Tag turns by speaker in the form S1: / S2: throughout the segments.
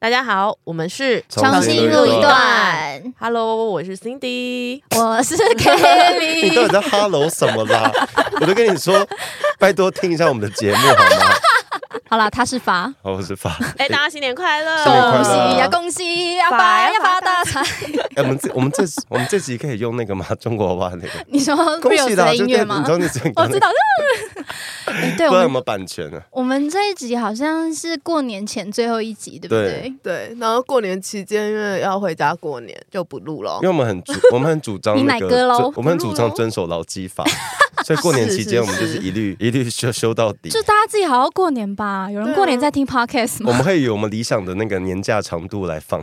S1: 大家好，我们是
S2: 重新录一段。
S1: Hello，我是 Cindy。
S2: 我是
S1: 你
S2: 你
S1: 你
S2: 到
S1: 到底
S2: 底在 hello 什么 啦？
S3: 我都跟你说，拜托听一下我们的节目好 吗？
S2: 好啦，他是发，
S3: 好，我是发，
S1: 哎、大家新年快乐！
S3: 新年快
S2: 恭
S3: 乐
S2: 喜呀恭喜呀，
S1: 发
S2: 发呀
S1: 发
S2: 发大财！
S3: 哎我们这我们这我们这集可以用那个吗？中国娃娃 那个，
S2: 你说
S3: 恭
S2: Reels
S3: 喜啦！
S2: 的
S3: 就
S2: 音
S3: 对，
S2: 乐
S3: 你
S2: 吗
S3: 知？道你整个
S2: 我知道，哎对，
S3: 不
S2: 我
S3: 然有
S2: 们
S3: 没有版权啊？
S2: 我们这一集好像是过年前最后一集，对不对
S3: 对？
S1: 对，然后过年期间因为要回家过年，就不录了
S3: 因。为我们很主，我们很主张
S2: 哦 你
S3: 那
S2: 奶
S3: 个
S2: 哥喽
S3: 遵，我们很主
S2: 嗯
S3: 张遵守劳基 法，所以过年期间我们就是一律一律修修到底。
S2: 就大家自己好好过年吧。有人
S1: 对啊
S2: 过年在听 podcast
S3: 我
S2: 吗？
S3: 们会以我们理想的那个年假长度来 放。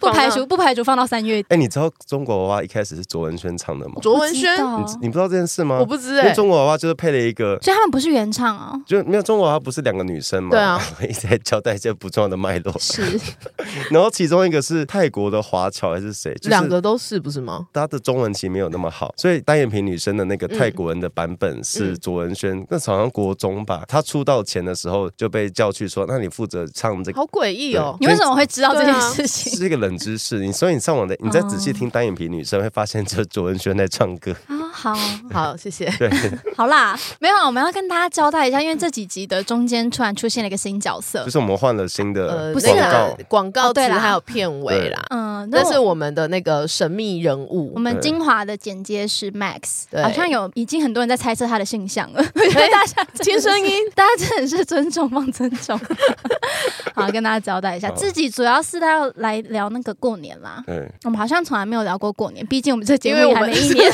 S2: 不排除不排除放到三月。
S3: 哎，你知道中国娃娃一开始是卓文萱唱的吗？
S1: 卓文萱，
S2: 不
S3: 你
S2: 知道嗯
S3: 你不知道这件事吗？
S1: 我不知
S3: 因
S2: 欸
S1: 哎、
S3: 为中国娃娃就是配了一个
S2: 所以他们不是原唱哦。
S3: 就没有中国，它不是两个女生嘛？
S1: 对啊，
S3: 一直在交代一些不重要的脉络。
S2: 是，
S3: 然后其中一个是泰国的华侨还是谁？就是
S1: 两个都是不是吗？
S3: 她的中文其实没有那么好，所以单眼皮女生的那个泰国人的版本
S1: 嗯
S3: 是卓文萱，那时候好像国中吧。她出道前的时候就被叫去说：“那你负责唱这个。
S1: 好诡异哦！
S2: 你为什么会知道这件事”情？
S3: 是一个冷知识，你所以你上网的，你再仔细
S1: 哦
S3: 听单眼皮女生，会发现就是卓文萱在唱歌。
S2: 啊，好，
S1: 好，谢谢。
S3: 对，
S2: 好啦，没有，我们要跟大家交代一下，因为这几集的中间突然出现了一个新角色
S3: 就，是我们换了新的
S1: 呃，
S2: 不是
S1: 那
S3: 广告
S1: 个，广告
S2: 哦
S1: 词
S2: 对啦
S1: 还有片尾啦，
S2: 嗯，
S1: 那是
S2: 我
S1: 我们的那个神秘人
S2: 我
S1: 物。
S2: 们精华的剪接师 Max，
S1: 对
S2: 好像有已经很多人在猜测他的性向 了，我觉得大家真的是
S1: 听声音，
S2: 大家真的是尊重放尊重。好，跟大家交代一下，
S3: 好
S2: 自己主要是要来聊那个过年啦。
S3: 对。
S2: 我们好像从来没有聊过过年，毕竟我们这节
S1: 因
S2: 目
S1: 为我
S2: 也还
S1: 们
S2: 没一年。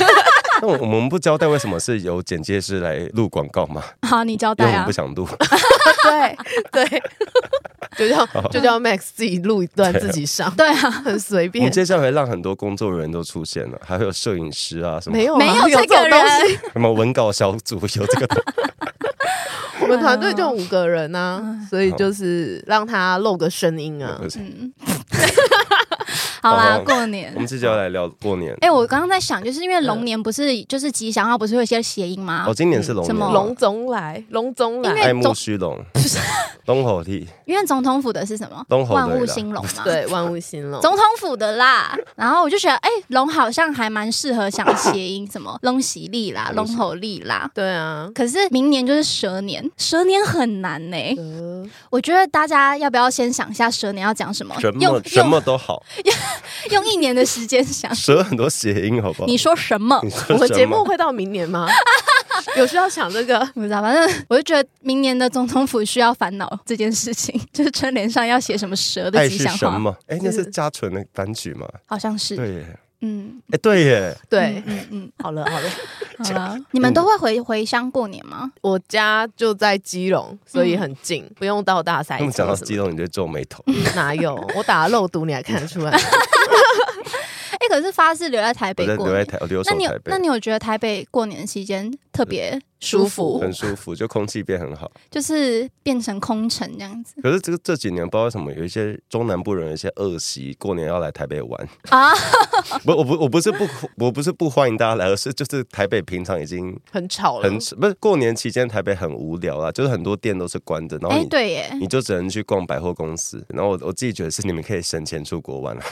S3: 那我我们不交代为什么是由剪接师来录广告吗？
S2: 好，你交
S3: 因
S2: 代
S3: 为我们
S2: 啊
S3: 不。想录。
S2: 对
S1: 对，就叫就叫 Max 自己录一段自己上，
S2: 对啊，
S1: 很随
S3: 我们
S1: 便。
S3: 接下来让很多工作人员都出现了，还会有摄影师啊，什么
S1: 没有啊
S2: 没有
S1: 这种
S2: 这个
S1: 东西，
S2: 人。
S3: 什么文稿小组有这个东
S1: 我们团
S2: 嗯
S1: 队就五个人呐，所以就是让他露个声音啊。
S3: 西。
S2: 嗯，好啦，
S1: 哦
S3: 好
S2: 过年
S3: 我。
S1: 嗯
S3: 们这就要来聊过年。
S2: 哎、我刚刚在想，就是因为龙年不是就是吉祥话，不是会有一些谐音吗？
S3: 哦，今年是龙
S2: 什
S3: 年
S2: 么哎
S3: 吗，
S1: 龙总来，龙总
S2: 因
S1: 来，
S2: 为
S3: 爱慕虚 荣，龙吼地，
S2: 因为总统府的是什么？
S3: 龙吼
S2: 万
S3: 对
S2: 物
S3: 啦
S2: 兴隆嘛。。
S1: 对，万物兴
S3: 嗯
S1: 隆。
S2: 总统府的啦，然后我就觉得，哎、龙好像还蛮适合想谐音，什 么龙喜利啦，龙吼利啦。
S1: 对啊，
S2: 可是明年就是蛇年，蛇年很难呢、
S3: 嗯
S1: 呃
S2: 我觉得大家要不要先想一下蛇年要讲什么？
S3: 什么
S2: 哦用
S3: 什
S2: 用
S3: 么都好，
S2: 用一年的时 间想。
S3: 蛇很多谐音，好不好？
S2: 你说什么？
S3: 你说
S1: 我们
S3: 什么
S1: 节目会到明年吗？ 有需要想这个？
S2: 不知道，反正我就觉得明年的总统府需要烦恼这件事情， 就是春联上要写什么蛇的
S3: 爱
S2: 吉
S3: 是
S2: 祥
S3: 什
S2: 话，
S3: 么？哎，那
S1: 是
S3: 是嘉纯的单曲嘛？
S2: 好像是，
S3: 对耶，
S2: 嗯，
S3: 哎，对耶，
S1: 对，
S2: 嗯嗯
S1: 好了好了，
S2: 嗯，好了，你们都会回回乡过年吗？
S1: 我家就在基隆，所
S2: 嗯
S1: 以很近，不用到大塞
S3: 他们
S1: 车
S3: 讲到
S1: 什么
S3: 激动，你就皱眉头。
S2: 嗯
S1: 的。哪有？我打了漏毒你还看得出 来？
S2: 哎、可是发是留在台
S3: 我
S2: 北
S3: 在
S2: 过
S3: 留在
S2: 年，
S3: 台，我留守
S2: 那你
S3: 台
S2: 有
S3: 北
S2: 那，你有觉得台北过年期间特别舒服，
S3: 很舒服，就空气变很好。
S2: 就是变成空城这样子
S3: 可是这个这几年不知道为什么，有一些中南部人有一些恶习，过年要来台北玩。
S2: 啊？
S3: 不，我不，我不是不，我不是不欢迎大家来，而是就是台北平常已经
S1: 很吵了
S3: 很，不是过年期间台北很无聊啦，就是很多店都是关着，然
S2: 哎、
S3: 后你。
S2: 对耶，
S3: 你就只能去逛百货公司，然后我我自己觉得是你们可以省钱出国玩了、啊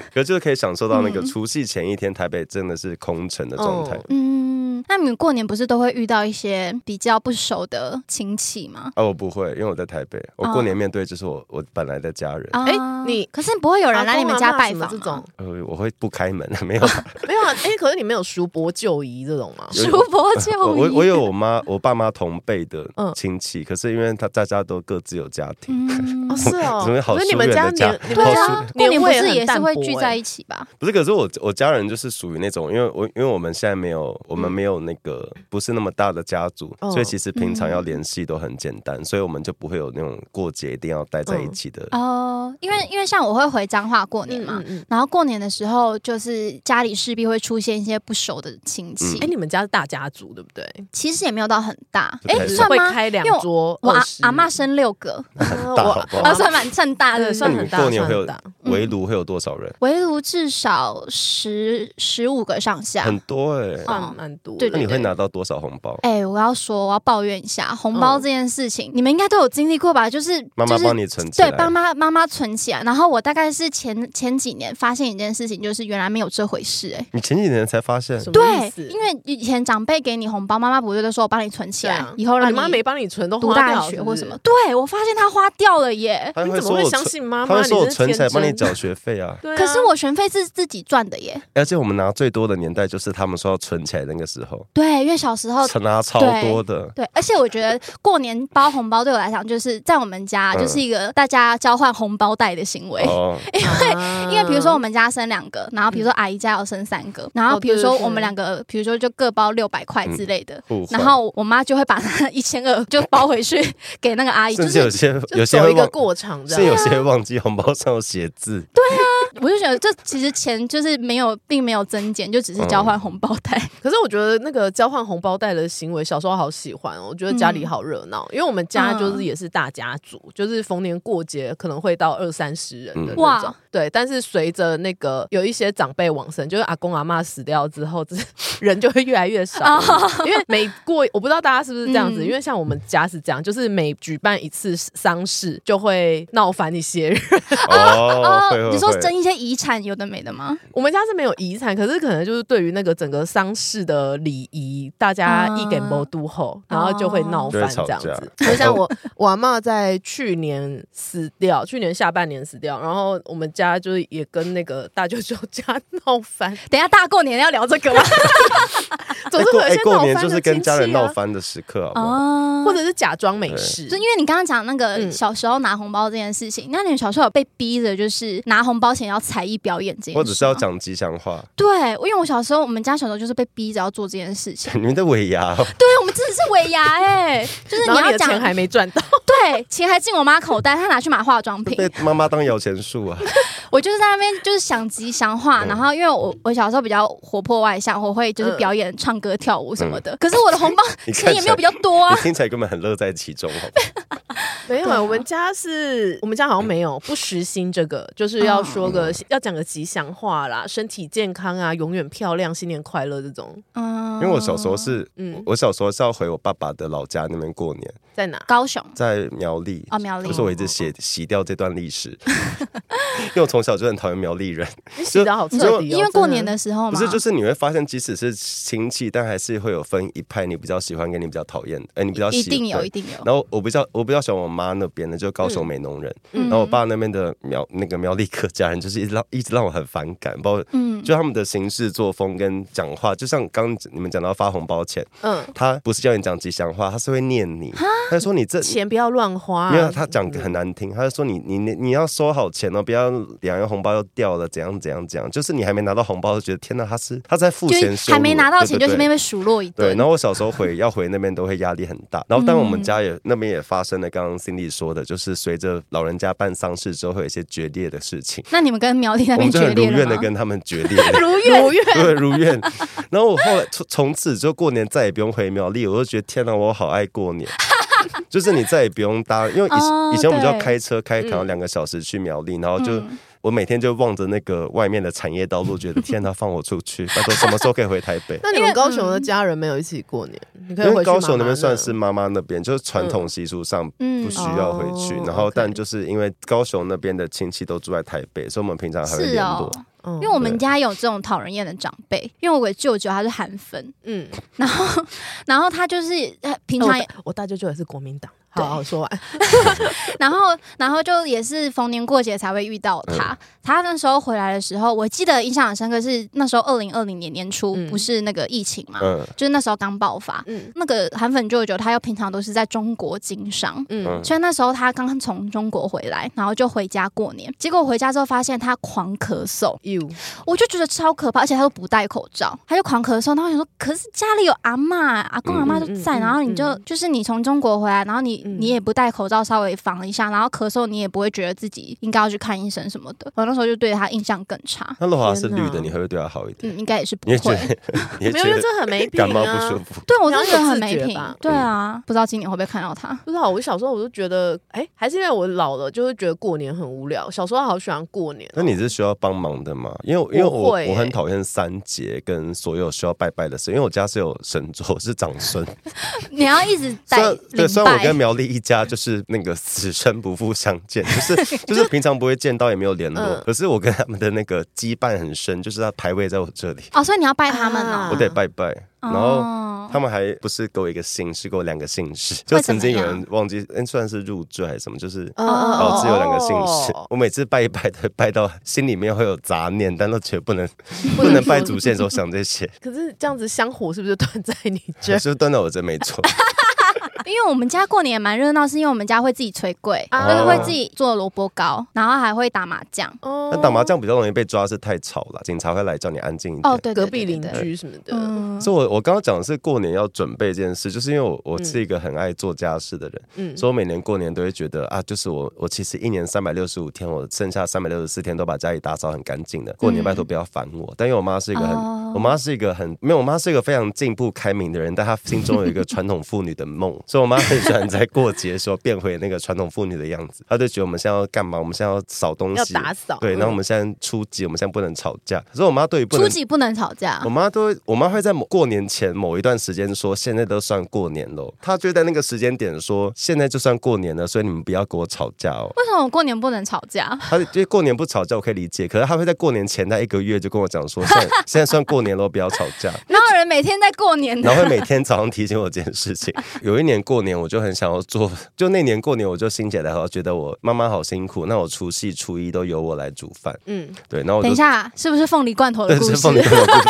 S3: 可是就是可以享受到那个
S2: 嗯哦
S3: 除夕前一天台北真的是空城的状态。
S1: 嗯
S2: 嗯，那你们过年不是都会遇到一些比较不熟的亲戚吗？
S3: 啊，我不会，因为我在台北，我过年面对就是我我本来的家人，
S2: 哦啊
S1: 哎你
S2: 可是不会有人来你们
S1: 啊
S2: 家拜访吗啊
S1: 这种
S3: 呃，我会不开门，没 有，
S1: 没有啊？哎，可是你们有叔伯舅姨这种吗？
S3: 有
S2: 叔 伯舅
S3: 我我
S2: 姨
S3: 我有我妈我爸妈同辈的
S1: 嗯
S3: 亲戚，可是因为他大家都各自有家庭，
S2: 嗯
S1: 哦，是哦，
S3: 怎么好
S1: 所以你们
S3: 疏远
S1: 家
S3: 的家
S1: 年你
S2: 对
S1: 们家
S2: 啊，过年不是也是会聚在
S1: 起？
S2: 一起吧？
S3: 不是，可是我我家人就是属于那种，因为我因为我们现在没有我们没有那个不是那么大的家族，
S1: 嗯
S3: 所以其实平常要联系都很简单，所以我们就不会有那种过节一定要待在一起
S1: 啊
S3: 的。
S2: 哦，因为因为像我会回彰化过年
S1: 嗯
S2: 嘛
S1: 嗯，嗯。
S2: 然后过年的时候就是家里势必会出现一些不熟的亲戚
S3: 嗯
S1: 哎、，你们家是大家族对不对？
S2: 其实也没有到很大，
S3: 就
S2: 哎，
S3: 开始
S2: 算
S1: 会
S2: 吗？
S1: 开两
S2: 因为
S1: 桌，
S2: 我阿
S1: 20
S2: 阿妈生六个，
S1: 啊
S3: 大
S1: 我
S3: 好不好
S1: 阿
S2: 啊，算蛮算大
S1: 对
S2: 的，
S1: 算
S3: 那
S1: 很
S3: 你们
S1: 大嗯
S3: 过年会有
S1: 算很
S2: 大
S3: 围炉会有多少人？
S2: 围炉至少十十五个上下，
S1: 嗯
S3: 很多哎、
S2: 哦
S1: 算蛮多的，
S2: 对对
S3: 你会拿到多少红包？
S2: 哎、我要说，我要抱怨一下红包这件事情，你们应该都有经历过吧？就是
S3: 嗯妈妈
S2: 就是
S3: 帮你存起来，
S2: 对，帮妈妈妈存起来。然后我大概是前前几年发现一件事情，就是原来没有这回事、哎。
S3: 你前几年才发现，
S1: 什么意
S2: 对
S1: 思，
S2: 因为以前长辈给你红包，妈妈不就都说我帮你存起
S1: 对
S2: 来，
S1: 啊，
S2: 以后
S1: 哦
S2: 让
S1: 你妈没帮你存都
S2: 读
S1: 花
S2: 大
S1: 掉
S2: 学或什么？，对我发现他花掉了耶。
S3: 他
S1: 是不是你
S3: 会
S1: 怎么
S3: 说
S1: 会
S3: 我
S1: 相
S3: 存，
S1: 信妈
S3: 他
S1: 妈？
S3: 会说我
S1: 你真
S3: 存
S1: 是
S3: 起来帮你
S1: 天真
S3: 缴学费啊。
S1: 对啊
S2: 可是 我学费是自己赚的耶，
S3: 而且我们拿最多的年代就是他们说要存起来那个时候，
S2: 对，因为 小
S1: 哦
S2: 时候
S3: 拿超多的。
S2: 对，而且我觉得过年包红包对我来讲，就是在我们家
S3: 嗯
S2: 就是一个大家交换红包袋的行为。
S3: 哦，嗯
S1: 啊
S2: 因为比如说我们家生两个，然后比如说阿姨家有生三个，然后比如说我们两个，比如说就各包六百
S3: 嗯
S2: 块之类的，
S3: 互换
S2: 然后我妈就会把那一千二就包回去 给那个阿姨，就
S3: 甚至有
S2: 是
S3: 些
S1: 啊就
S3: 有些
S1: 走
S3: 会
S1: 一个啊
S3: 忘，
S1: 过场这
S3: 是有
S1: 样，
S3: 些会忘记红包上有写字。
S2: 我就觉得这其实钱就是没有，并没有增减，就只是交换红包袋。
S1: 可是我觉得那个交换红包袋的行为，小时候好喜欢哦。我觉得家
S2: 嗯
S1: 里好热闹，因为我们家就是也是大家族，就是逢年过节可能会到二三十人的
S3: 嗯
S1: 那种
S2: 哇。
S1: 对，但是随着那个有一些长辈往生，就是阿公阿妈死掉之后，这人就会越来越少。因为每过我不知道大家是不是这样子，
S2: 啊嗯
S1: 因为像我们家是这样，就是每举办一次丧事就会闹翻一些人。
S3: 哦，会会
S2: 你说
S3: 会
S2: 争一些遗产有的没的吗？
S1: 我们家是没有遗产，可是可能就是对于那个整个丧事的礼仪，大家一点不都后，然后就会闹翻这样
S3: 就会 吵
S1: 子。啊哦就像我 我阿妈在去年死掉，去年下半年死掉，然后我们家就是也跟那个大舅舅 家闹翻，
S2: 等一下大过年要聊这个吗？
S1: 总
S3: 哎
S1: 是会
S3: 过
S1: 有一
S3: 哎
S1: 些
S3: 过
S1: 闹
S3: 年
S1: 翻
S3: 就是
S1: 的
S3: 跟
S1: 亲戚
S3: 家人闹
S1: 啊，
S3: 翻的时刻，好不好？
S2: 哦
S1: 或者是假装没事
S2: 就。因为你刚刚讲那个
S1: 嗯
S2: 小时候拿红包这件事情，那你小时候有被逼着就是拿红包前要才艺表演这件事吗
S3: 或
S1: 哦
S3: 者是要讲吉祥话，。
S2: 对，因为我小时候我们家小时候就是被逼着要做这件事情
S3: 你们的尾牙 哦
S2: 对，我们真的是尾牙 哎、就是
S1: 然
S2: 你
S1: 后你
S2: 要
S1: 的
S2: 讲
S1: 钱还没赚到，
S2: 对，钱还进我妈口袋，她拿去买化妆品。
S3: 被妈妈当摇钱树 啊，
S2: 我就是在那边就是想吉祥话，
S3: 嗯
S2: 然后因为我我小时候比较活泼外向，我会就是
S1: 嗯
S2: 表演、唱歌、跳舞什么的。可是我的红包
S3: 嗯 你看
S2: 钱也
S3: 起
S2: 没有
S3: 来
S2: 比较多啊
S3: 你。听起来根本很乐在其中，好不好？
S1: 没有
S2: 对啊
S1: 啊，我们家是我们家好像 没有不实行这个，就是要说
S2: 哦
S1: 个要讲个吉祥话啦，身体健康啊，永远漂亮，新年快乐这种。
S2: 嗯
S3: 因为我小时候是，
S1: 嗯
S3: 我小时候是要回我爸爸的老家那边过年，
S1: 在哪？
S2: 高雄
S3: 在苗栗。
S2: 哦苗栗
S3: 就是我一直洗洗掉这段历史， 因为我从小就很讨厌苗栗人。
S1: 你洗的好彻
S2: 你
S1: 底
S2: 说
S1: 哦，
S2: 因为过年
S1: 真
S2: 的时候
S3: 不
S2: 嘛，
S3: 是，就是你会发现，即使是亲戚，但还是会有分一派，你比较喜欢跟你比较讨厌，哎，你比较喜
S2: 一定有，
S3: 对
S2: 一定有。
S3: 然后我比较我比较喜欢我妈那边的，就是高雄美浓人，
S2: 嗯
S3: 然后我爸那边的苗那个苗栗客家人，就是一直让一直让我很反感，包括
S2: 嗯，
S3: 就他们的行事作风跟讲话，就像刚你们讲到发红包钱，
S1: 嗯，
S3: 他不是叫你讲吉祥话，他是会念你，他就说你这。
S1: 钱不要乱花、
S2: 啊
S1: 啊
S3: 没有，他讲很难听，他就说你你你你要收好钱哦，不要两元红包又掉了，怎样怎样怎样，就是你还没拿到红包就觉得天哪，他是他在付钱
S2: 就
S3: 羞辱，
S2: 还没拿到
S3: 对
S2: 钱，
S3: 对
S2: 就是
S3: 对
S2: 被被数落一
S3: 对，
S2: 顿
S3: 然。后我小时候回 要回那边都会压力很大，然后当我们
S2: 嗯
S3: 家也、那边也发生了刚刚 Cindy 说的，就是随着老人家办丧事之后会有一些决裂的事情，
S2: 那你们跟苗栗那
S3: 我们
S2: 边
S3: 就
S2: 决
S3: 很如
S2: 裂
S3: 愿
S2: 了
S3: 的
S2: 吗？
S3: 跟他们决裂了。
S1: 如愿如愿，
S3: 对，如愿。然后我后来从从此就过年再也不用回苗栗，我就觉得天哪，我好爱过年。 就是你再也不用搭，因为以、
S2: 哦
S3: 以前我们就要
S2: 对
S3: 开车开可能
S1: 嗯？
S3: 两个小时去苗栗，然后就、
S2: 嗯
S3: 我每天就望着那个外面的产业道路，觉得天哪，放我出去，拜托什么时候可以回台北
S1: 那你们高雄的家人没有一起过年？
S2: 嗯
S1: 你可以
S3: 因为
S1: 回去
S3: 高
S1: 妈妈
S3: 雄那边算是
S1: 那
S3: 妈妈那边，就是传统习俗上
S2: 嗯
S3: 不需要回去，
S1: 哦
S3: 然后
S1: OK
S3: 但就是因为高雄那边的亲戚都住在台北，所以我们平常还会
S2: 是
S3: 联
S2: 哦
S3: 络。，
S1: 嗯
S2: 因为我们家有这种讨人厌的长辈，因为我有舅舅他是韩粉，
S1: 嗯，
S2: 然后他就是呃平常也，
S1: 我我大舅舅也是国民党。
S2: 对
S1: 好好说完，
S2: 然后然后就也是逢年过节才会遇到
S3: 嗯
S2: 他。他那时候回来的时候，我记得印象很深刻是那时候二零二零年年初
S1: 嗯
S2: 不是那个疫情嘛，
S3: 嗯
S2: 就是那时候刚爆发。
S1: 嗯
S2: 那个韩粉舅舅，他又平常都是在中国经商，
S1: 嗯
S3: 嗯，
S2: 所以那时候他刚从中国回来，然后就回家过年。结果回家之后发现他狂咳嗽，
S1: ，you
S2: 我就觉得超可怕，而且他都不戴口罩，他就狂咳嗽。然后我想说，可是家里有阿嬷、阿公、
S3: 嗯
S2: 阿嬷都
S1: 嗯
S2: 在，
S1: 嗯
S2: 然后你就、
S1: 嗯
S2: 就是你从中国回来，然后你以你也不戴口罩稍微防一下，然后咳嗽你也不会觉得自己应该要去看医生什么的。我那时候就对他印象更差，
S3: 那如果它是
S1: 天哪
S3: 绿的，你会不会对它好一点？
S2: 嗯，应该也是不
S3: 你也觉
S2: 会。
S3: 得你也
S1: 没有，因
S3: 觉
S1: 为
S3: 得
S1: 这很没品啊。
S3: 感冒不舒服？
S2: 对，我
S1: 你要
S2: 就觉得
S1: 有
S2: 很
S1: 自
S2: 没
S1: 觉
S2: 品
S1: 吧。
S3: 嗯
S2: 对啊，不知道今年会不会看到他。
S1: 不知道，我小时候我就觉得，哎、还是因为我老了，就会觉得过年很无聊。小时候好喜欢过年哦、
S3: 那你是需要帮忙的吗？因为因为我
S1: 我会
S3: 我很
S1: 欸
S3: 讨厌三节跟所有需要拜拜的事，因为我家是有神桌，是长 孙。
S2: 你要一直
S3: 虽
S2: 带
S3: 然对，
S2: 领
S3: 虽然我跟
S2: 拜。
S3: 苗栗一家就是那个死生不复相 见，就是就是平常不会见到也没有联络，
S1: 嗯
S3: 可是我跟他们的那个羁绊很深，就是他排位在我这里，
S2: 哦，所以你要拜他们
S1: 啊
S2: 哦
S3: 我。得拜拜，啊然后。
S2: 哦
S3: 他们还不是给我一个姓氏，给我两个姓氏，
S2: 会
S3: 就
S2: 怎
S3: 曾
S2: 么
S3: 经有
S2: 样
S3: 人忘记，嗯，算是入赘还是什么，就是
S2: 哦
S1: 嗯
S3: 导致有两个姓氏
S1: 哦。
S3: 我每次拜一拜都拜到心里面会有杂念，但都觉得不能不能拜祖先的时候想这些，
S1: 可是这样子香火是不是就断在你这
S3: 就？ 是断到我这没错。
S2: 因为我们家过年也蛮热闹，是因为我们家会自己捶柜，
S1: 啊
S2: 就是会自己做萝卜糕，然后还会打麻将。
S1: 哦
S3: 那打麻将比较容易被抓，是太吵了，警察会来叫你安静一点
S2: 哦，。对，对
S1: 隔壁邻。
S2: 对对对
S1: 居什么的，
S2: 嗯，
S3: 所以我，我刚刚讲的是过年要准备这件事，就是因为我我是一个很爱做家事的人，
S1: 嗯
S3: 所以我每年过年都会觉得啊，就是我我其实一年三百六十五天，我剩下三百六十四天都把家里打扫很干净的。过年拜
S1: 嗯
S3: 托不要烦我，但因为我妈是一个很，
S2: 哦
S3: 我妈是一个很没有，我妈是一个非常进步开明的人，但她心中有一个传统妇女的梦，所以我妈很喜欢在过节的时候变回那个传统妇女的样子。她就觉得我们现在要干嘛？我们现在要扫东
S1: 要
S3: 西，
S1: 打扫。
S3: 对，然后我
S1: 嗯
S3: 们现在初几，我们现在不能吵架。所以我妈对于不
S2: 初
S3: 能哦
S2: 几不能吵架
S3: 我。妈都会，我妈会在某过年前某一段时间说，现在都算过年喽。她就会在那个时间点说，现在就算过年了，所以你们不要跟我吵架 哦。
S2: 为什么我过年不能吵架？
S3: 她就因为过年不吵架，我可以理解，可是她会在过年前那一个月就跟我讲说，现在现在算过年喽，不要吵架。
S2: 哪有人每天在过年
S3: 然
S2: 的？
S3: 后会每天早上提醒我这件事情。有一年过年，我就很想要做，就那年过年，我就心血来潮，觉得我妈妈好辛苦，那我除夕、初一都由我来煮饭。
S1: 嗯，
S3: 对，然后我
S2: 等
S3: 就
S2: 一下，是不是凤梨罐头
S3: 对，
S2: 的故
S3: 是
S2: 事
S3: 凤梨？罐头故事，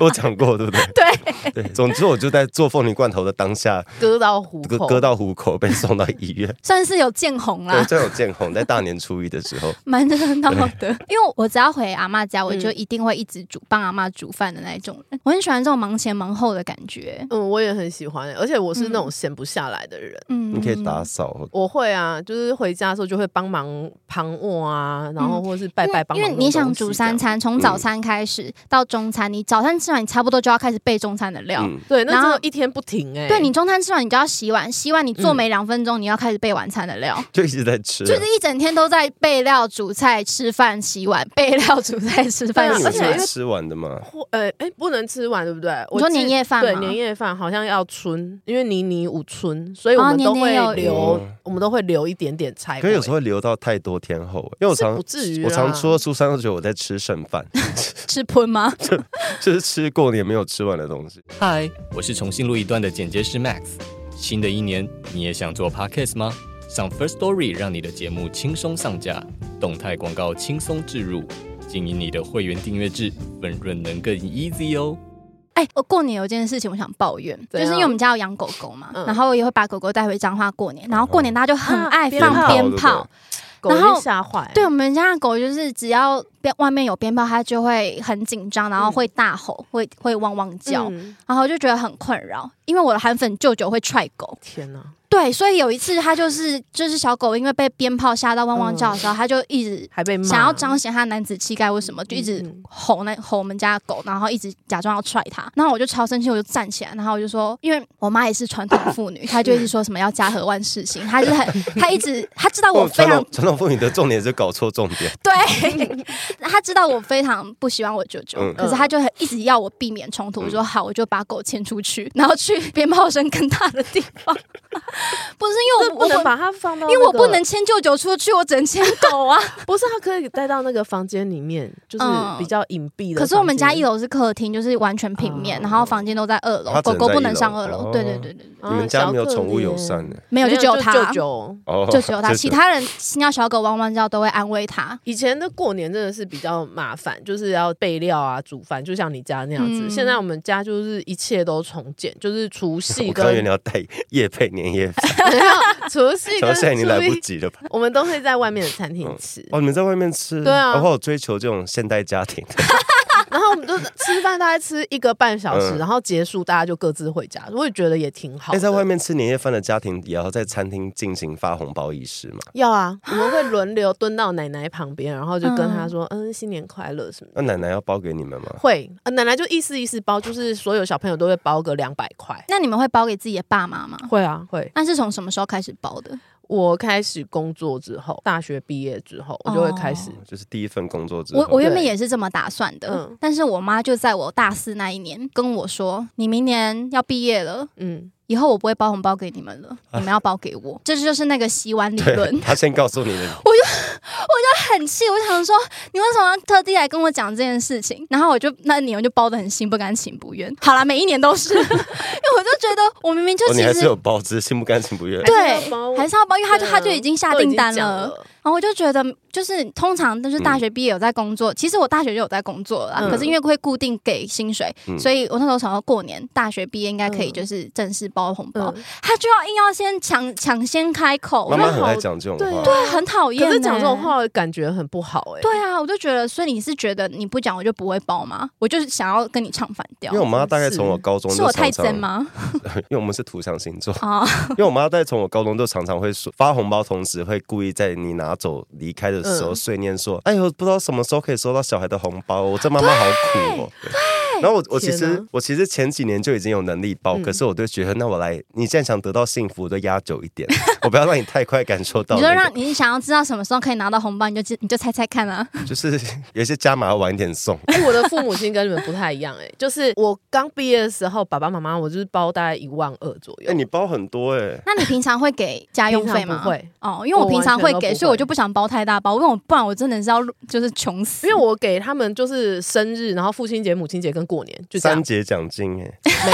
S3: 我讲过，对不对？对对， 总之我就在做凤梨罐头的当下，
S1: 割到虎
S3: 割
S1: 口，
S3: 割到虎口，被送到医院。
S2: 算是有见红
S3: 对，
S2: 啦，
S3: 这有见红，在大年初一的时候，
S2: 蛮热闹的。因为我只要回阿妈家，我
S3: 嗯
S2: 就一定会一直煮帮阿妈煮饭的那一种人。我很喜欢这种忙前忙后的感觉。
S1: 嗯，我也很喜欢、而且我是那种闲不下来的人。
S2: 嗯，
S3: 你可以打扫。
S1: 我会啊，就是回家的时候就会帮忙旁卧啊，然后或者是拜拜帮
S2: 嗯因
S1: 忙弄
S2: 为
S1: 东西这样、
S2: 你想煮三餐，从
S3: 嗯
S2: 早餐开始到中餐，你早餐吃完，你差不多就要开始备中餐的料。
S3: 嗯，
S1: 对，那
S2: 然
S1: 真
S2: 后
S1: 的一天不停哎、
S2: 对你中餐吃完，你就要洗碗，洗碗你
S1: 嗯
S2: 做没两分钟，你要开始备晚餐的料，
S3: 就一直在吃啊。
S2: 就是一整天都在备料、煮菜、吃饭、洗碗，备料、 煮菜、吃饭
S1: 对啊、
S3: 你
S2: 洗
S3: 们
S1: 而
S3: 是
S1: 且因为
S2: 碗
S3: 会。吃完的嘛？
S1: 或呃哎、不能吃完对不对？
S2: 你
S1: 我
S2: 说
S1: 记
S2: 年夜饭
S1: 对
S2: 吗
S1: 年夜饭好像要春，因为泥泥五春，所以
S2: 哦
S1: 我们都
S2: 年年有
S1: 会
S2: 余
S1: 留，
S3: 嗯
S1: 我们都会留一点点菜。
S3: 可是有时候会留到太多天后，欸因为
S1: 欸
S3: 我
S1: 是
S3: 常
S1: 不啊至于
S3: 我常
S1: 啦
S3: 说苏珊都觉得我在吃剩饭，
S2: 吃喷吗？
S3: 就是吃过年没有吃完的东西。
S4: 嗨，我是重新录一段的剪接师 Max。新的一年，你也想做 Podcast 吗？上 First Story 让你的节目轻松上架，动态广告轻松置入，经营你的会员订阅制，分润能更 easy 哦。
S2: 哎、我过年有件事情我想抱怨，就
S1: 怎
S2: 是
S1: 样
S2: 因为我们家有养狗狗嘛，
S1: 啊嗯啊
S2: 然后也会把狗狗带回彰化过年，然后过年大家就很爱
S1: 鞭
S2: 放
S1: 炮
S2: 鞭
S3: 哦对不
S2: 炮，
S1: 狗已
S2: 然后
S1: 经吓坏，
S2: 对我们家的狗，就是只要边外面有鞭炮，它就会很紧张，然后会大吼，会会汪汪叫，
S1: 嗯
S2: 然后就觉得很困扰。因为我的韩粉舅舅会踹狗，
S1: 天哪、
S2: 对，所以有一次他就是就是小狗因为被鞭炮吓到汪汪叫的时候，他就一直
S1: 还嗯被骂
S2: 想要彰显他男子气概或什么，就一直
S1: 嗯嗯
S2: 吼那吼我们家的狗，然后一直假装要踹它。然后我就超生气，我就站起来，然后我就说，因为我妈也是传统妇女，她就一直说什么要家和万事兴，她就是很她一直她知道 我
S3: 哦
S2: 非
S3: 传
S2: 常
S3: 统传统妇女的重点是搞错重点，
S2: 对，他知道我非常不喜欢我舅舅，
S3: 嗯
S2: 可是他就很一直要我避免冲突。我说好，我就把狗牵出去，然后去鞭炮声更大的地方。 不是因为
S1: 这
S2: 我
S1: 不能
S2: 我
S1: 把它放到、
S2: 因为我不能，牵舅舅出去，我只 能牵狗啊。
S1: 不是它可以带到那个房间里面，就是
S2: 嗯
S1: 比较隐蔽的。
S2: 可是我们家一。楼是客厅，就是完全平面，
S1: 哦
S2: 然后房间都在二楼
S3: 他，只
S2: 狗
S3: 能
S2: 狗
S3: 在
S2: 不
S3: 一
S2: 能
S3: 楼
S2: 上二楼。
S3: 哦
S2: 对对对对，
S1: 啊
S3: 你们家没有
S1: 小可
S3: 宠物友
S1: 怜
S3: 善的
S2: 没有就只有他，
S1: 舅舅。
S3: 哦，
S2: 就只有他，其
S3: 这
S2: 他人听到小狗汪汪叫都会安慰他。
S1: 以前的过年真的是比较麻烦，就是要备料啊、煮饭，就像你家那样子。
S2: 嗯
S1: 现在我们家就是一切都重建，就是除夕
S3: 我刚原
S1: 跟
S3: 来要带夜配年夜饭，
S1: 除夕
S3: 想
S1: 跟
S3: 到现在 已经来
S1: 初
S3: 不
S1: 一，
S3: 及了吧？
S1: 我们都会在外面的餐厅
S3: 嗯
S1: 吃。
S3: 哦，你们在外面吃？
S1: 对啊
S3: 哦我有追求这种现代家庭的，
S1: 然后我们就吃饭，大概吃一个半小时，
S3: 嗯
S1: 然后结束，大家就各自回家。我也觉得也挺好
S3: 哎，
S1: 的。
S3: 在外面吃年夜饭的家庭也要在餐厅进行发红包仪式嘛？
S1: 要啊，我们会轮流蹲到奶奶旁 边，然后就跟她说：“嗯，新年快乐什么的。
S3: 那奶奶要包给你们吗”？
S1: 会、呃，奶奶就意思意思包，就是所有小朋友都会包个两百块。
S2: 那你们会包给自己的爸妈吗？
S1: 会啊，会。
S2: 那是从什么时候开始包的？
S1: 我开始工作之后，大学毕业之后，我就会开
S2: 哦
S1: 始。
S3: 就是第一份工作之后，
S2: 我我原本
S1: 对
S2: 也是这么打算的，
S1: 嗯
S2: 但是我妈就在我大四那一年跟我说：“你明年要毕业了，
S1: 嗯，
S2: 以后我不会包红包给你们了，你们要包给我。”这就是那个洗碗理 论
S3: 对，。他先告诉你 的，
S2: 很气，我想说你为什么要特地来跟我讲这件事情？然后我就那年我就包的很心不甘情不愿。好啦，每一年都 是，因为我就觉得我明明就
S3: 哦，
S2: 其
S3: 你还是
S2: 实、哎
S3: 有包，只是心不甘情不愿。
S1: 还是要包
S2: 对，还是要包，因为他就、
S1: 对啊
S2: 他就已经下订单
S1: 都已经讲
S2: 了。然后我就觉得，就是通常就是
S3: 嗯
S2: 大学毕业有在工作，其实我大学就有在工作了啦，
S1: 嗯
S2: 可是因为会固定给薪水，
S3: 嗯
S2: 所以我那时候想要过年大学毕业应该可以就是正式包红包，
S1: 嗯
S2: 他就要硬要先抢抢先开口，
S3: 妈
S2: 我
S3: 妈
S2: 就
S3: 很爱讲这种
S1: 对
S3: 话，
S1: 对
S2: 很讨厌、
S1: 可
S2: 欸。
S1: 是讲这种话，感觉很不好哎、
S2: 对啊，我就觉得，所以你是觉得你不讲我就不会包吗？我就是想要跟你唱反调
S3: 因为。我妈大概从我高中
S2: 是
S3: 就
S2: 我
S3: 常
S2: 太
S3: 常，
S2: 真吗？
S3: 因为我们是土象星座，
S2: 啊，
S3: 因为我妈在从我高中就常常会说发红包，同时会故意在你拿走离开的时候
S1: 嗯
S3: 碎念说：“哎呦，不知道什么时候可以收到小孩的红包，我这妈妈好苦哦。”对。然后我我其
S1: 天
S3: 实
S1: 哪嗯
S3: 我其实前几年就已经有能力包，可是我就觉得那我来，你既然想得到幸福，我就压久一点， 我不要让你太快感受到
S2: 你
S3: 那
S2: 就
S3: 个，
S2: 让你想要知道什么时候可以拿到红包，你就知你就猜猜看啊。
S3: 就是有一些加码晚一 点送。
S1: 哎、我的父母亲跟你们不太一样哎、就是我刚毕业的时候，爸爸妈妈我就是包大概一万二左右。
S3: 哎，你包很多哎，
S2: 那你平常会给家用费
S1: 平
S2: 吗？
S1: 常不会
S2: 哦，因为我
S1: 我
S2: 平常
S1: 完
S2: 会
S1: 全都
S2: 给，
S1: 不会
S2: 所以我就不想包太大包，因为我不然我真的是要就是穷死。
S1: 因为我给他们就是生日，然后父亲节、母亲节跟过年就这样
S3: 三，节奖金哎，
S1: 没因为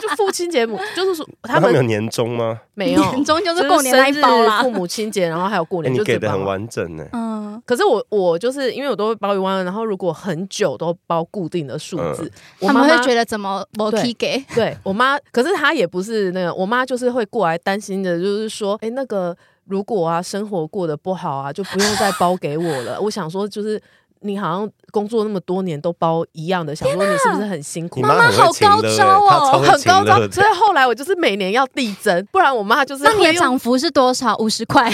S1: 就父亲节母就是说他
S3: 那他们有
S1: 们
S3: 年终吗？
S1: 没有，
S2: 年终就
S1: 就是
S2: 过年那一包
S1: 生日
S2: 啦
S1: 父。母亲节，然后还有过
S3: 哎，
S1: 年，
S3: 你
S1: 就
S3: 给
S1: 只
S3: 的
S1: 包
S3: 很。完整哎呢。
S2: 嗯，
S1: 可是我我就是因为我都会包一万二，然后如果很久都包固定的数字，
S3: 嗯
S1: 我
S2: 他们
S1: 妈妈
S2: 会觉得怎么我
S1: 对
S2: 提给？
S1: 对我妈，可是她也不是那个，我妈就是会过来担心的，就是说，哎，那个如果啊生活过得不好啊，就不用再包给我 了。我想说，就是你好像工作那么多年都包一样的，想说你是不是很辛苦
S3: 你？妈
S2: 妈
S3: 很会
S2: 好
S3: 情
S2: 高
S3: 勒欸
S2: 招
S3: 她
S2: 哦
S3: 超会
S1: 很
S3: 情
S1: 高招
S3: 勒，的
S1: 所以后来我就是每年要递增，不然我妈就是
S2: 那你的
S1: 会用
S2: 涨幅是多少？五十块，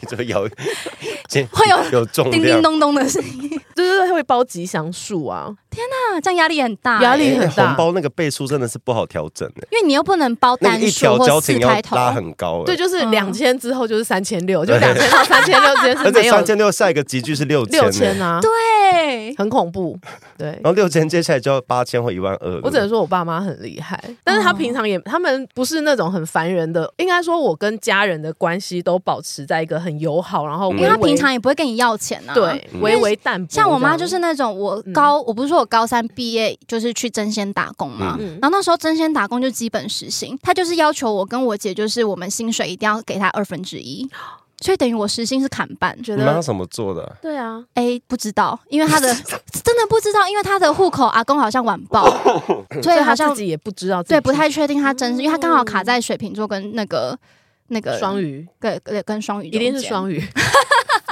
S3: 你就摇，会
S2: 会有
S3: 有重
S2: 叮
S3: 量
S2: 叮，咚咚的声音。
S1: 就是会包吉祥数啊，
S2: 那这样压力很大欸，
S1: 压力
S3: 哎
S1: 很大
S3: 红包那个倍数真的是不好调整哎，
S2: 因为你又不能包
S3: 那
S2: 单
S3: 个一
S2: 数
S3: 条
S2: 或
S3: 交
S2: 四
S3: 情要
S2: 开头，
S3: 拉很高
S1: 对，
S3: 哎。
S1: 就是
S2: 嗯
S1: 两千之后就是三千六，就
S3: 对
S1: 两千到三千六之间是
S3: 而
S1: 没
S3: 且
S1: 有
S3: 三千六下一个集聚是六千，欸
S1: 六千啊，
S2: 对，
S1: 很恐怖，对
S3: 然。后六千接下来就要八千或一万二。
S1: 我只能说我爸妈很厉害，但是他
S2: 哦
S1: 平常也，他们不是那种很烦人的，应该说我跟家人的关系都保持在一个很友好，然后
S3: 嗯
S2: 因为他
S1: 微微
S2: 平常也不会跟你要钱啊。
S1: 对
S3: 嗯
S1: 微微淡薄这样。嗯
S2: 像我妈就是那种，我高、我不是说我高三毕业就是去争先打工嘛，
S1: 嗯
S2: 然后那时候争先打工就基本时薪，她就是要求我跟我姐，就是我们薪水一定要给她二分之 一，所以等于我时薪是砍半。
S1: 觉
S3: 你妈
S1: 得
S3: 什么做的啊？
S1: 对啊，
S2: 哎，不知道，因为 她的真的不知道，因为她的户口阿公好像晚 报，所以
S1: 所以
S2: 好
S1: 她自
S2: 像
S1: 己也不知道自己
S2: 对不太确定她真实，因为她刚好卡在水瓶座跟那个那个
S1: 双鱼，
S2: 对对跟双鱼
S1: 一定是
S2: 中间
S1: 双鱼，一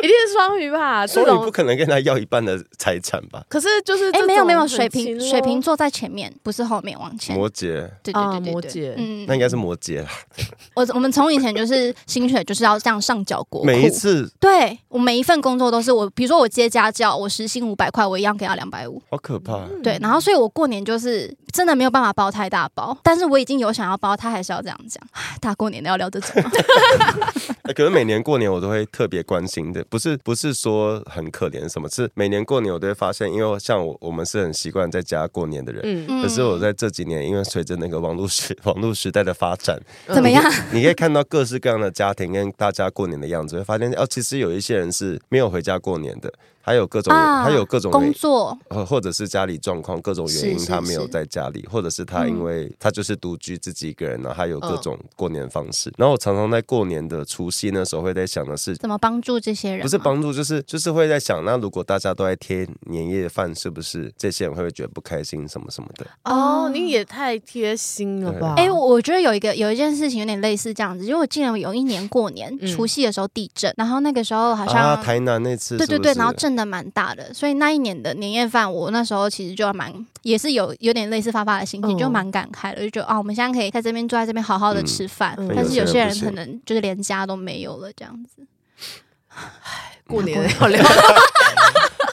S1: 定是双鱼吧？这
S3: 所以不
S1: 种
S3: 可能跟他要一半的财产吧？
S1: 可是就是
S2: 哎，
S1: 这
S2: 没有
S1: 种
S2: 没有，
S1: 很
S2: 水
S1: 勤
S2: 瓶
S1: 劳
S2: 水瓶座在前面，不是后面往前。
S3: 摩羯，
S2: 对对
S1: 啊
S2: 对对
S1: 摩
S2: 对
S1: 羯
S2: 嗯
S3: 那应该是摩羯啦。
S2: 我我们从以前就是薪水就是要这样上缴
S1: 嗯
S2: 国库，
S3: 每一次
S2: 对我每一份工作都是我，比如说我接家教，我时薪五百块，我一样给他两百五。
S3: 好可怕，啊
S1: 嗯
S2: 对，然后所以我过年就是真的没有办法包太大包，但是我已经有想要包，他还是要这样讲。唉大过年的要聊这 种啊，
S3: 哎可是每年过年我都会特别关心的，不是不是说很可怜什么，是每年过年我都会发现，因为像我我们是很习惯在家过年的人，
S1: 嗯，
S2: 嗯
S3: 可是我在这几年，因为随着那个网络时网络时代的发展，
S2: 怎么样？
S3: 你可以看到各式各样的家庭跟大家过年的样子，会发现哦，其实有一些人是没有回家过年的，还有各种、
S2: 啊？
S3: 还有各种
S2: 工
S3: 原
S2: 作，
S3: 或呃或者是家里状况各种原因，
S2: 是是
S3: 他没有
S2: 是嗯
S3: 在家里，或者是他因为他就是独居自己一个人，然后他有各种过年方式。然后我常常在过年的除夕那时候会在想的是，
S2: 怎么帮助这些人吗？
S3: 不是帮助，就是就是会在想，那如果大家都在贴年夜饭，是不是这些人会不会觉得不开心什么什么的？
S1: 哦，你也太贴心了吧？
S2: 哎、我我觉得有一个有一件事情有点类似这样子，因为我记得有一年过年、
S1: 嗯
S2: 除夕的时候地震，然后那个时候好像、
S3: 啊，台南那次
S2: 对
S3: 是
S2: 对
S3: 不
S2: 对，
S3: 是
S2: 然后震震的蛮大的，所以那一年的年夜饭，我那时候其实就蛮也是有有点类似发发的心
S1: 嗯
S2: 情，就蛮感慨的，就觉得啊，我们现在可以在这边坐在这边好好的吃饭，
S1: 嗯嗯
S2: 但是有些
S3: 有些人
S2: 人可
S3: 不行
S2: 能就是连家都没有了这样子。
S1: 过年要 聊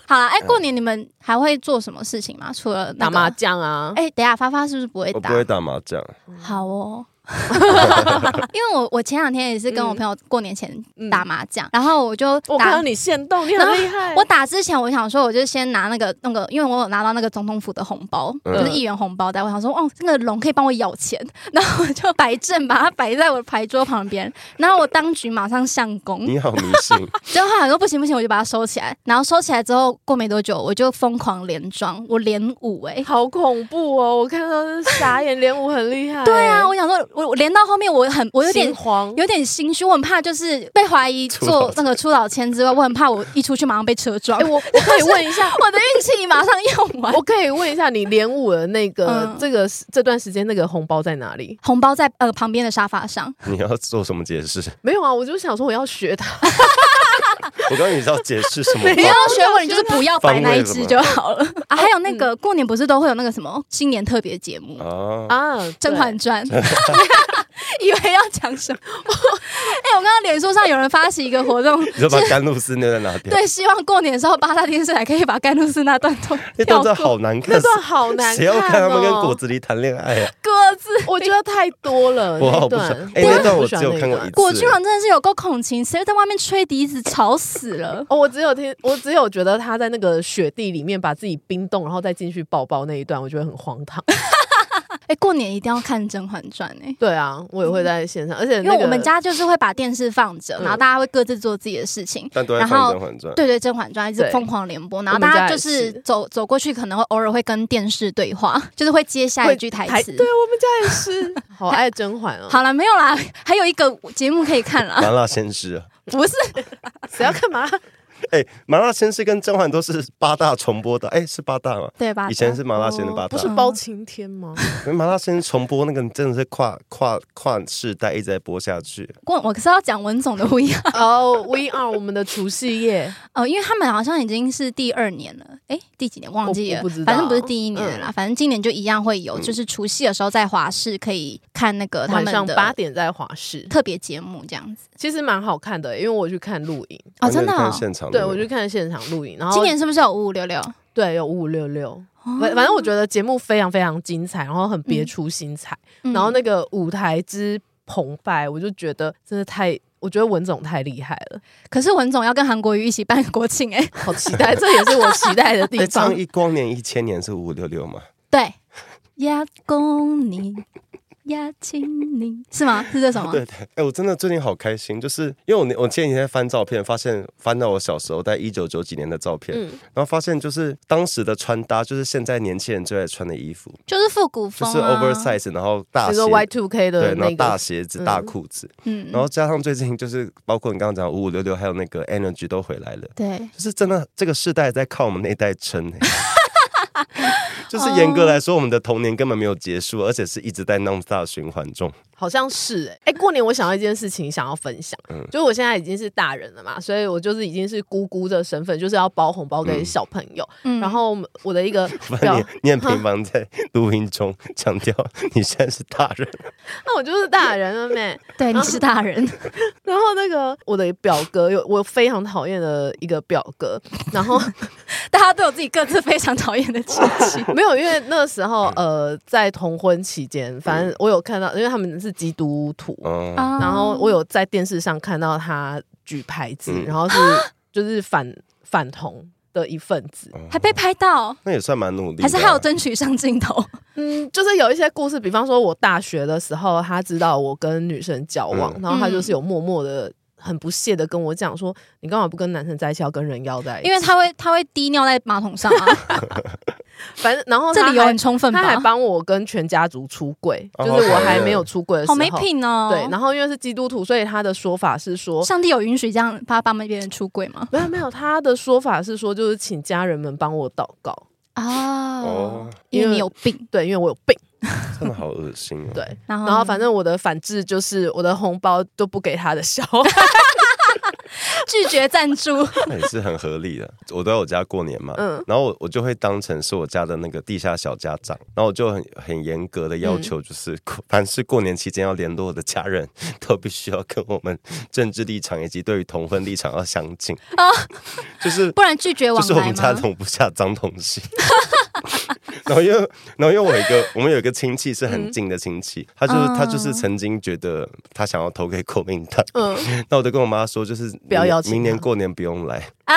S2: 好了，哎、过年你们还会做什么事情吗？除了、那
S1: 打
S2: 个
S1: 麻？将啊，
S2: 哎、等一下发发是不是不会
S3: 我
S2: 打？
S3: 不会打麻 将，
S2: 好哦。因为我我前两天也是跟我朋友过年前
S1: 嗯
S2: 打麻将，然后我就
S1: 我看
S2: 打
S1: 到你现动，你很厉害。
S2: 我打之前，我想说，我就先拿那个那个，因为我有拿到那个总统府的红包，
S3: 嗯
S2: 就是一元红包袋。我想说，哦，这个龙可以帮我咬钱， 然后我就摆正，把它摆在我的牌桌旁边。然后我当局马上上攻，
S3: 你好迷信，
S2: 结果后来说不行不行，我就把它收起来。然后收起来之后，过没多久，我就疯狂连庄，我连五哎、
S1: 好恐怖哦！我看到 是傻眼，连舞很厉害。
S2: 对啊，我想说，我我连到后面，我很我有点
S1: 心慌，
S2: 有点心虚，我很怕就是被怀疑
S3: 出老
S2: 做
S3: 千
S2: 那个出老千之外，我很怕我一出去马上被车撞，
S1: 哎、我我可以问一下，
S2: 我的运气马上用完。
S1: 我可以问一下你连舞的那个、
S2: 嗯
S1: 这个这段时间那个红包在哪里？
S2: 红包在呃旁边的沙发上，
S3: 你要做什么解释？
S1: 没有啊，我就想说我要学 他，
S3: 我刚刚你知道解释什么
S2: 你要
S3: 吗？
S2: 学我，你就是不要摆那一只就好了啊。还有那个过年不是都会有那个什么新年特别节目《
S3: 啊，
S1: 啊，对
S2: 甄嬛 传》，以为要讲什么？ 哎、我刚刚脸书上有人发起一个 活动，
S3: 你就把甘露寺那段拿掉，
S2: 对，希望过年的时候八大电视台可以把甘露寺那段 都
S1: 哎
S3: 那
S2: 跳
S3: 段真
S2: 过
S3: 的。好难看
S1: 那，段好难看、哦，
S3: 谁要看他们跟果子狸谈恋爱啊？
S2: 各自，
S1: 我觉得太多 了，
S3: 我
S1: 呃那
S3: 好不
S1: 段
S3: 爽，哎，那段
S1: 我不
S3: 我
S1: 喜
S3: 只
S1: 欢
S3: 有
S1: 那
S3: 看过
S1: 段
S3: 一次，
S2: 果郡王真的是有够恐情，谁在外面吹笛子，吵死了。
S1: 哦，我只有听，我只有觉得他在那个雪地里面把自己冰冻，然后再进去抱抱那一段，我觉得很荒唐。
S2: 哎、过年一定要看《甄嬛传》哎。
S1: 对啊，我也会在线上，而且、那
S2: 因
S1: 个、
S2: 为我们家就是会把电视放着，
S1: 嗯
S2: 然后大家会各自做自己的事情，
S3: 但都在
S2: 然
S3: 放
S2: 后
S3: 《甄嬛传》。
S2: 对对，《甄嬛传》一直
S1: 对
S2: 疯狂联播，然
S1: 我
S2: 后
S1: 们
S2: 大
S1: 家
S2: 家
S1: 也
S2: 就
S1: 是
S2: 是走走过去，可能会偶尔会跟电视对话，就是会接下
S1: 会
S2: 一句台词。
S1: 对啊我们家也 是，好爱甄嬛哦。
S2: 好了，没有啦，还有一个节目可以看 啦，
S3: 麻辣鲜师啊，
S1: 不是，谁要干嘛？
S3: 哎，麻辣鲜师跟甄嬛都是八大重播的，哎，是八大吗？
S2: 对吧？
S3: 以前是麻辣鲜的八
S1: 哦不
S3: 大
S2: 嗯
S1: 是，包青天 吗？
S3: 因为麻辣鲜重播那个真的是跨跨跨世代一直在播下去。
S2: 我我是要讲文总的不一样
S1: 哦、v r 我们的除夕夜，
S2: 哦，因为他们好像已经是第二年了，哎，第几年忘记
S1: 我
S2: 了
S1: 不知道，
S2: 反正不是第一
S3: 嗯
S2: 年了啦，反正今年就一样会有，就是除夕的时候在华视可以看那个他
S1: 晚
S2: 们
S1: 上八
S2: 的
S1: 点在华视，
S2: 特别节目这样子
S1: 其实蛮好看的、因为我去看录影，
S2: 哦，真的
S3: 我那天
S2: 哦
S3: 看，现场的
S1: 啊对
S3: 那
S1: 我
S3: 个，
S1: 去看现场录影，然后
S2: 今年是不哦是有五五六六？
S1: 对有五五六六。反反正我觉得节目非常非常精彩，然后很别出心裁，
S2: 嗯
S1: 然后那个舞台之澎湃，我就觉得真的太，我觉得文总太厉害了，
S2: 可是文总要跟韩国瑜一起办国庆哎、
S1: 好期待，这也是我期待的地
S3: 哎，
S1: 方
S3: 张。一光年一千年是五五六六嘛？
S2: 对，呀公你，呀亲你，是吗？是这首吗？
S3: 对对，
S1: 啊
S3: 哎、我真的最近好开心，就是因为我那我前几天翻照片，发现翻到我小时候在一九九几年的照片，
S1: 嗯
S3: 然后发现就是当时的穿搭，就是现在年轻人最爱穿的衣服，
S2: 就是复古
S3: 就
S2: 风、啊，
S3: 是 oversize，然后大
S1: 你
S3: 鞋
S1: 说 Y two K
S3: 对
S1: 的，
S3: 然后
S1: 那
S3: 大
S1: 个，
S3: 鞋子、
S1: 嗯
S3: 大裤子，
S2: 嗯，
S3: 然后加上最近就是包括你刚刚讲五五六六，还有那个 energy 都回来了。
S2: 对，
S3: 就是真的，这个世代在靠我们那一代撑、欸。 就是严
S1: 哦
S3: 格来说，我们的童年根本没有结束，而且是一直在 non stop 循环中。
S1: 好像是哎、哎、过年我想到一件事情想要分享，就是我现在已经是大人了嘛，所以我就是已经是姑姑的身份，就是要包红包给小朋友。
S2: 嗯
S1: 然后我的一个
S3: 反正
S1: 表
S3: 你，你很频繁在录音中强调你现在是大 人，
S1: 那我就是大人了妹。
S2: 对，你是大人，
S1: 然后那个我的表哥有我非常讨厌的一个表哥，然后
S2: 大家都有自己各自非常讨厌的亲戚。
S1: 没有，因为那时候呃在同婚期间，反正我有看到，因为他们是基督徒，
S3: 嗯，
S2: 啊
S1: 然后我有在电视上看到他举牌子，
S3: 嗯
S1: 然后是就是反反同的一份子。
S2: 还被拍到，
S3: 那也算蛮努力的啊，
S2: 还是还有争取上镜头。
S1: 嗯，就是有一些故事，比方说我大学的时候，他知道我跟女生交往，
S3: 嗯
S1: 然后他就是有默默的。很不屑的跟我讲说，你干嘛不跟男生在一起，要跟人妖在一起？
S2: 因为他会他会滴尿在马桶上啊，
S1: 反正然后
S2: 这
S1: 他
S2: 理由
S1: 还
S2: 很充分
S1: 他还
S2: 吧？
S1: 帮我跟全家族出柜，
S3: 哦
S1: 就是我
S3: 好可
S1: 还
S3: 怜
S1: 没有出柜的时
S2: 好
S1: 候，
S2: 没品哦。
S1: 对，然后因为是基督徒，所以他的说法是说，
S2: 上帝有允许这样帮帮别人出柜吗？
S1: 没有没有，他的说法是说，就是请家人们帮我祷告，
S2: 哦
S3: 哦，
S2: 因为
S1: 因为
S2: 你有病。
S1: 对，因为我有病，
S3: 真的好恶心哦。
S1: 对，。
S2: 然 后
S1: 然后反正我的反制就是我的红包都不给他的小孩，
S2: 拒绝赞助，
S3: 那也是很合理的。我都在我家过年嘛，
S1: 嗯
S3: 然后我我就会当成是我家的那个地下小家长，然后我就很很严格的要
S2: 嗯
S3: 求，就是、过凡是过年期间要联络我的家人， 都必须要跟我们政治立场以及对于同婚立场要相近，
S2: 哦
S3: 就是
S2: 不然拒绝
S3: 就
S2: 往
S3: 是我
S2: 来
S3: 们家
S2: 吗？
S3: 容不下脏东西。 然后因为，然后因为我有一个，我们有一个亲戚是
S2: 嗯
S3: 很近的亲戚，他就是、他就是曾经觉得他想要投给国民党，
S2: 哦
S1: 嗯，
S3: 那我就跟我妈说，就是
S1: 不要
S3: 明
S1: 邀请
S3: 明年
S1: 他
S3: 过年不用来。
S1: 啊，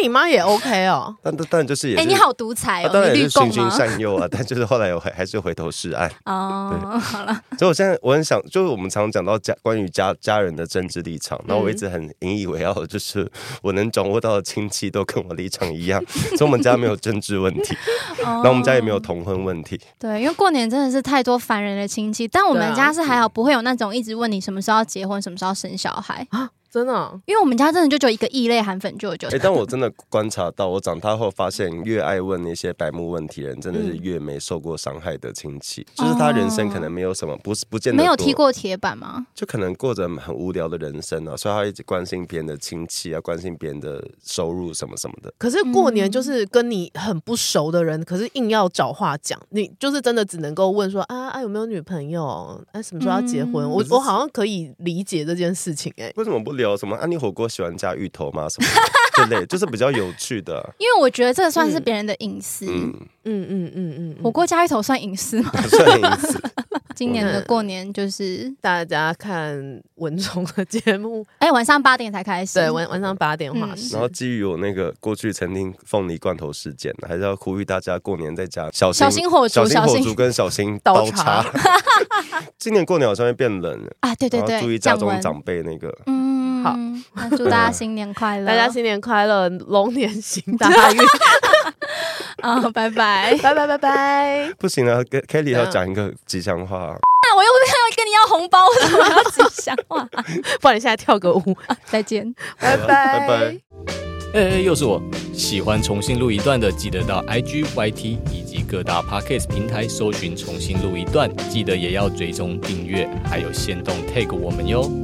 S1: 你妈也 OK 哦，
S3: 但但但就是也
S2: 哎，
S3: 是
S2: 你好独裁
S3: 啊、当
S2: 哦，
S3: 然
S2: 你
S3: 也是
S2: 绿
S3: 循
S2: 共
S3: 循
S2: 吗？
S3: 善诱啊，但就是后来有还还是回头是岸。
S2: 哦， 好了，
S3: 所以我现在我很想，就是我们常讲到家关于家家人的政治立场，
S2: 嗯
S3: 然后我一直很引以为傲，就是我能掌握到的亲戚都跟我立场一样， 所以我们家没有政治问题，然
S2: 然
S3: 后我们家也没有同婚问题。
S2: 哦对，因为过年真的是太多烦人的亲戚，但我
S1: 对
S2: 们
S1: 啊
S2: 家是还好，不会有那种一直问你什么时候要结婚、什么时候要生小孩，
S1: 真的哦、
S2: 因为我们家真的就只有一个异类韩粉舅舅
S3: 哎、。但我真的观察到，我长大后发现，越爱问那些白目问题的人，真的
S2: 嗯
S3: 是越没受过伤害的亲戚，就是他人生可能没有什么，不是不见得
S2: 哦没有
S3: 多
S2: 踢过铁板吗？
S3: 就可能过着很无聊的人生啊，所以他一直关心别人的亲戚啊，关心别人的收入什么什么的。
S1: 可是过年就是跟你很不熟的人，可是硬要找话讲，你就是真的只能够问说啊啊有没有女朋友，啊什么时候要结婚？
S2: 嗯
S1: 我
S3: 可是
S1: 我好像可以理解这件事情哎、
S3: 为什么不聊什么？啊，你火锅喜欢加芋头吗？什么的 之类，就是比较有趣的。啊
S2: 因为我觉得这个算是别人的隐私。
S3: 嗯，
S1: 嗯嗯嗯嗯
S2: 火
S1: 嗯，
S2: 锅加芋头算隐私吗？
S3: 不算隐私。
S2: 今年的过年就是，
S1: 大家看文虫的节目，
S2: 哎、晚上八点才开始。
S1: 对嗯晚晚上八点话事
S3: 然，后基于我那个过去曾经凤梨罐头事件，还是要呼吁大家过年在家小心
S2: 小心火烛
S3: 小心
S2: 小
S3: 火
S2: 心
S3: 烛跟小 心
S1: 刀
S3: 刀
S1: 叉
S3: 叉。 今年过年好像会变冷，
S2: 啊，对对
S3: 然
S2: 对，
S3: 后注意家
S2: 降
S3: 中
S2: 温。
S3: 长辈那个。
S2: 嗯，
S1: 好，
S2: 那祝大家新年快 乐，
S1: 大家新年快乐，龙年行大运，
S2: 啊、拜拜。
S1: 拜拜拜拜。
S3: 不行啊，跟 Kelly 要
S2: 嗯
S1: 怎样
S3: 讲一个吉祥话啊、
S2: 那我又没有跟你要红包，为什么要吉祥话？
S1: 不然你现在跳个舞，
S2: 再见。
S1: 拜
S3: 拜拜。
S4: 哎、哎，又是我！喜欢重新录一段的，记得到 IG、YT 以及各大 Podcast 平台搜寻“重新录一段”，记得也要追踪订阅，还有限动 tag 我们哟。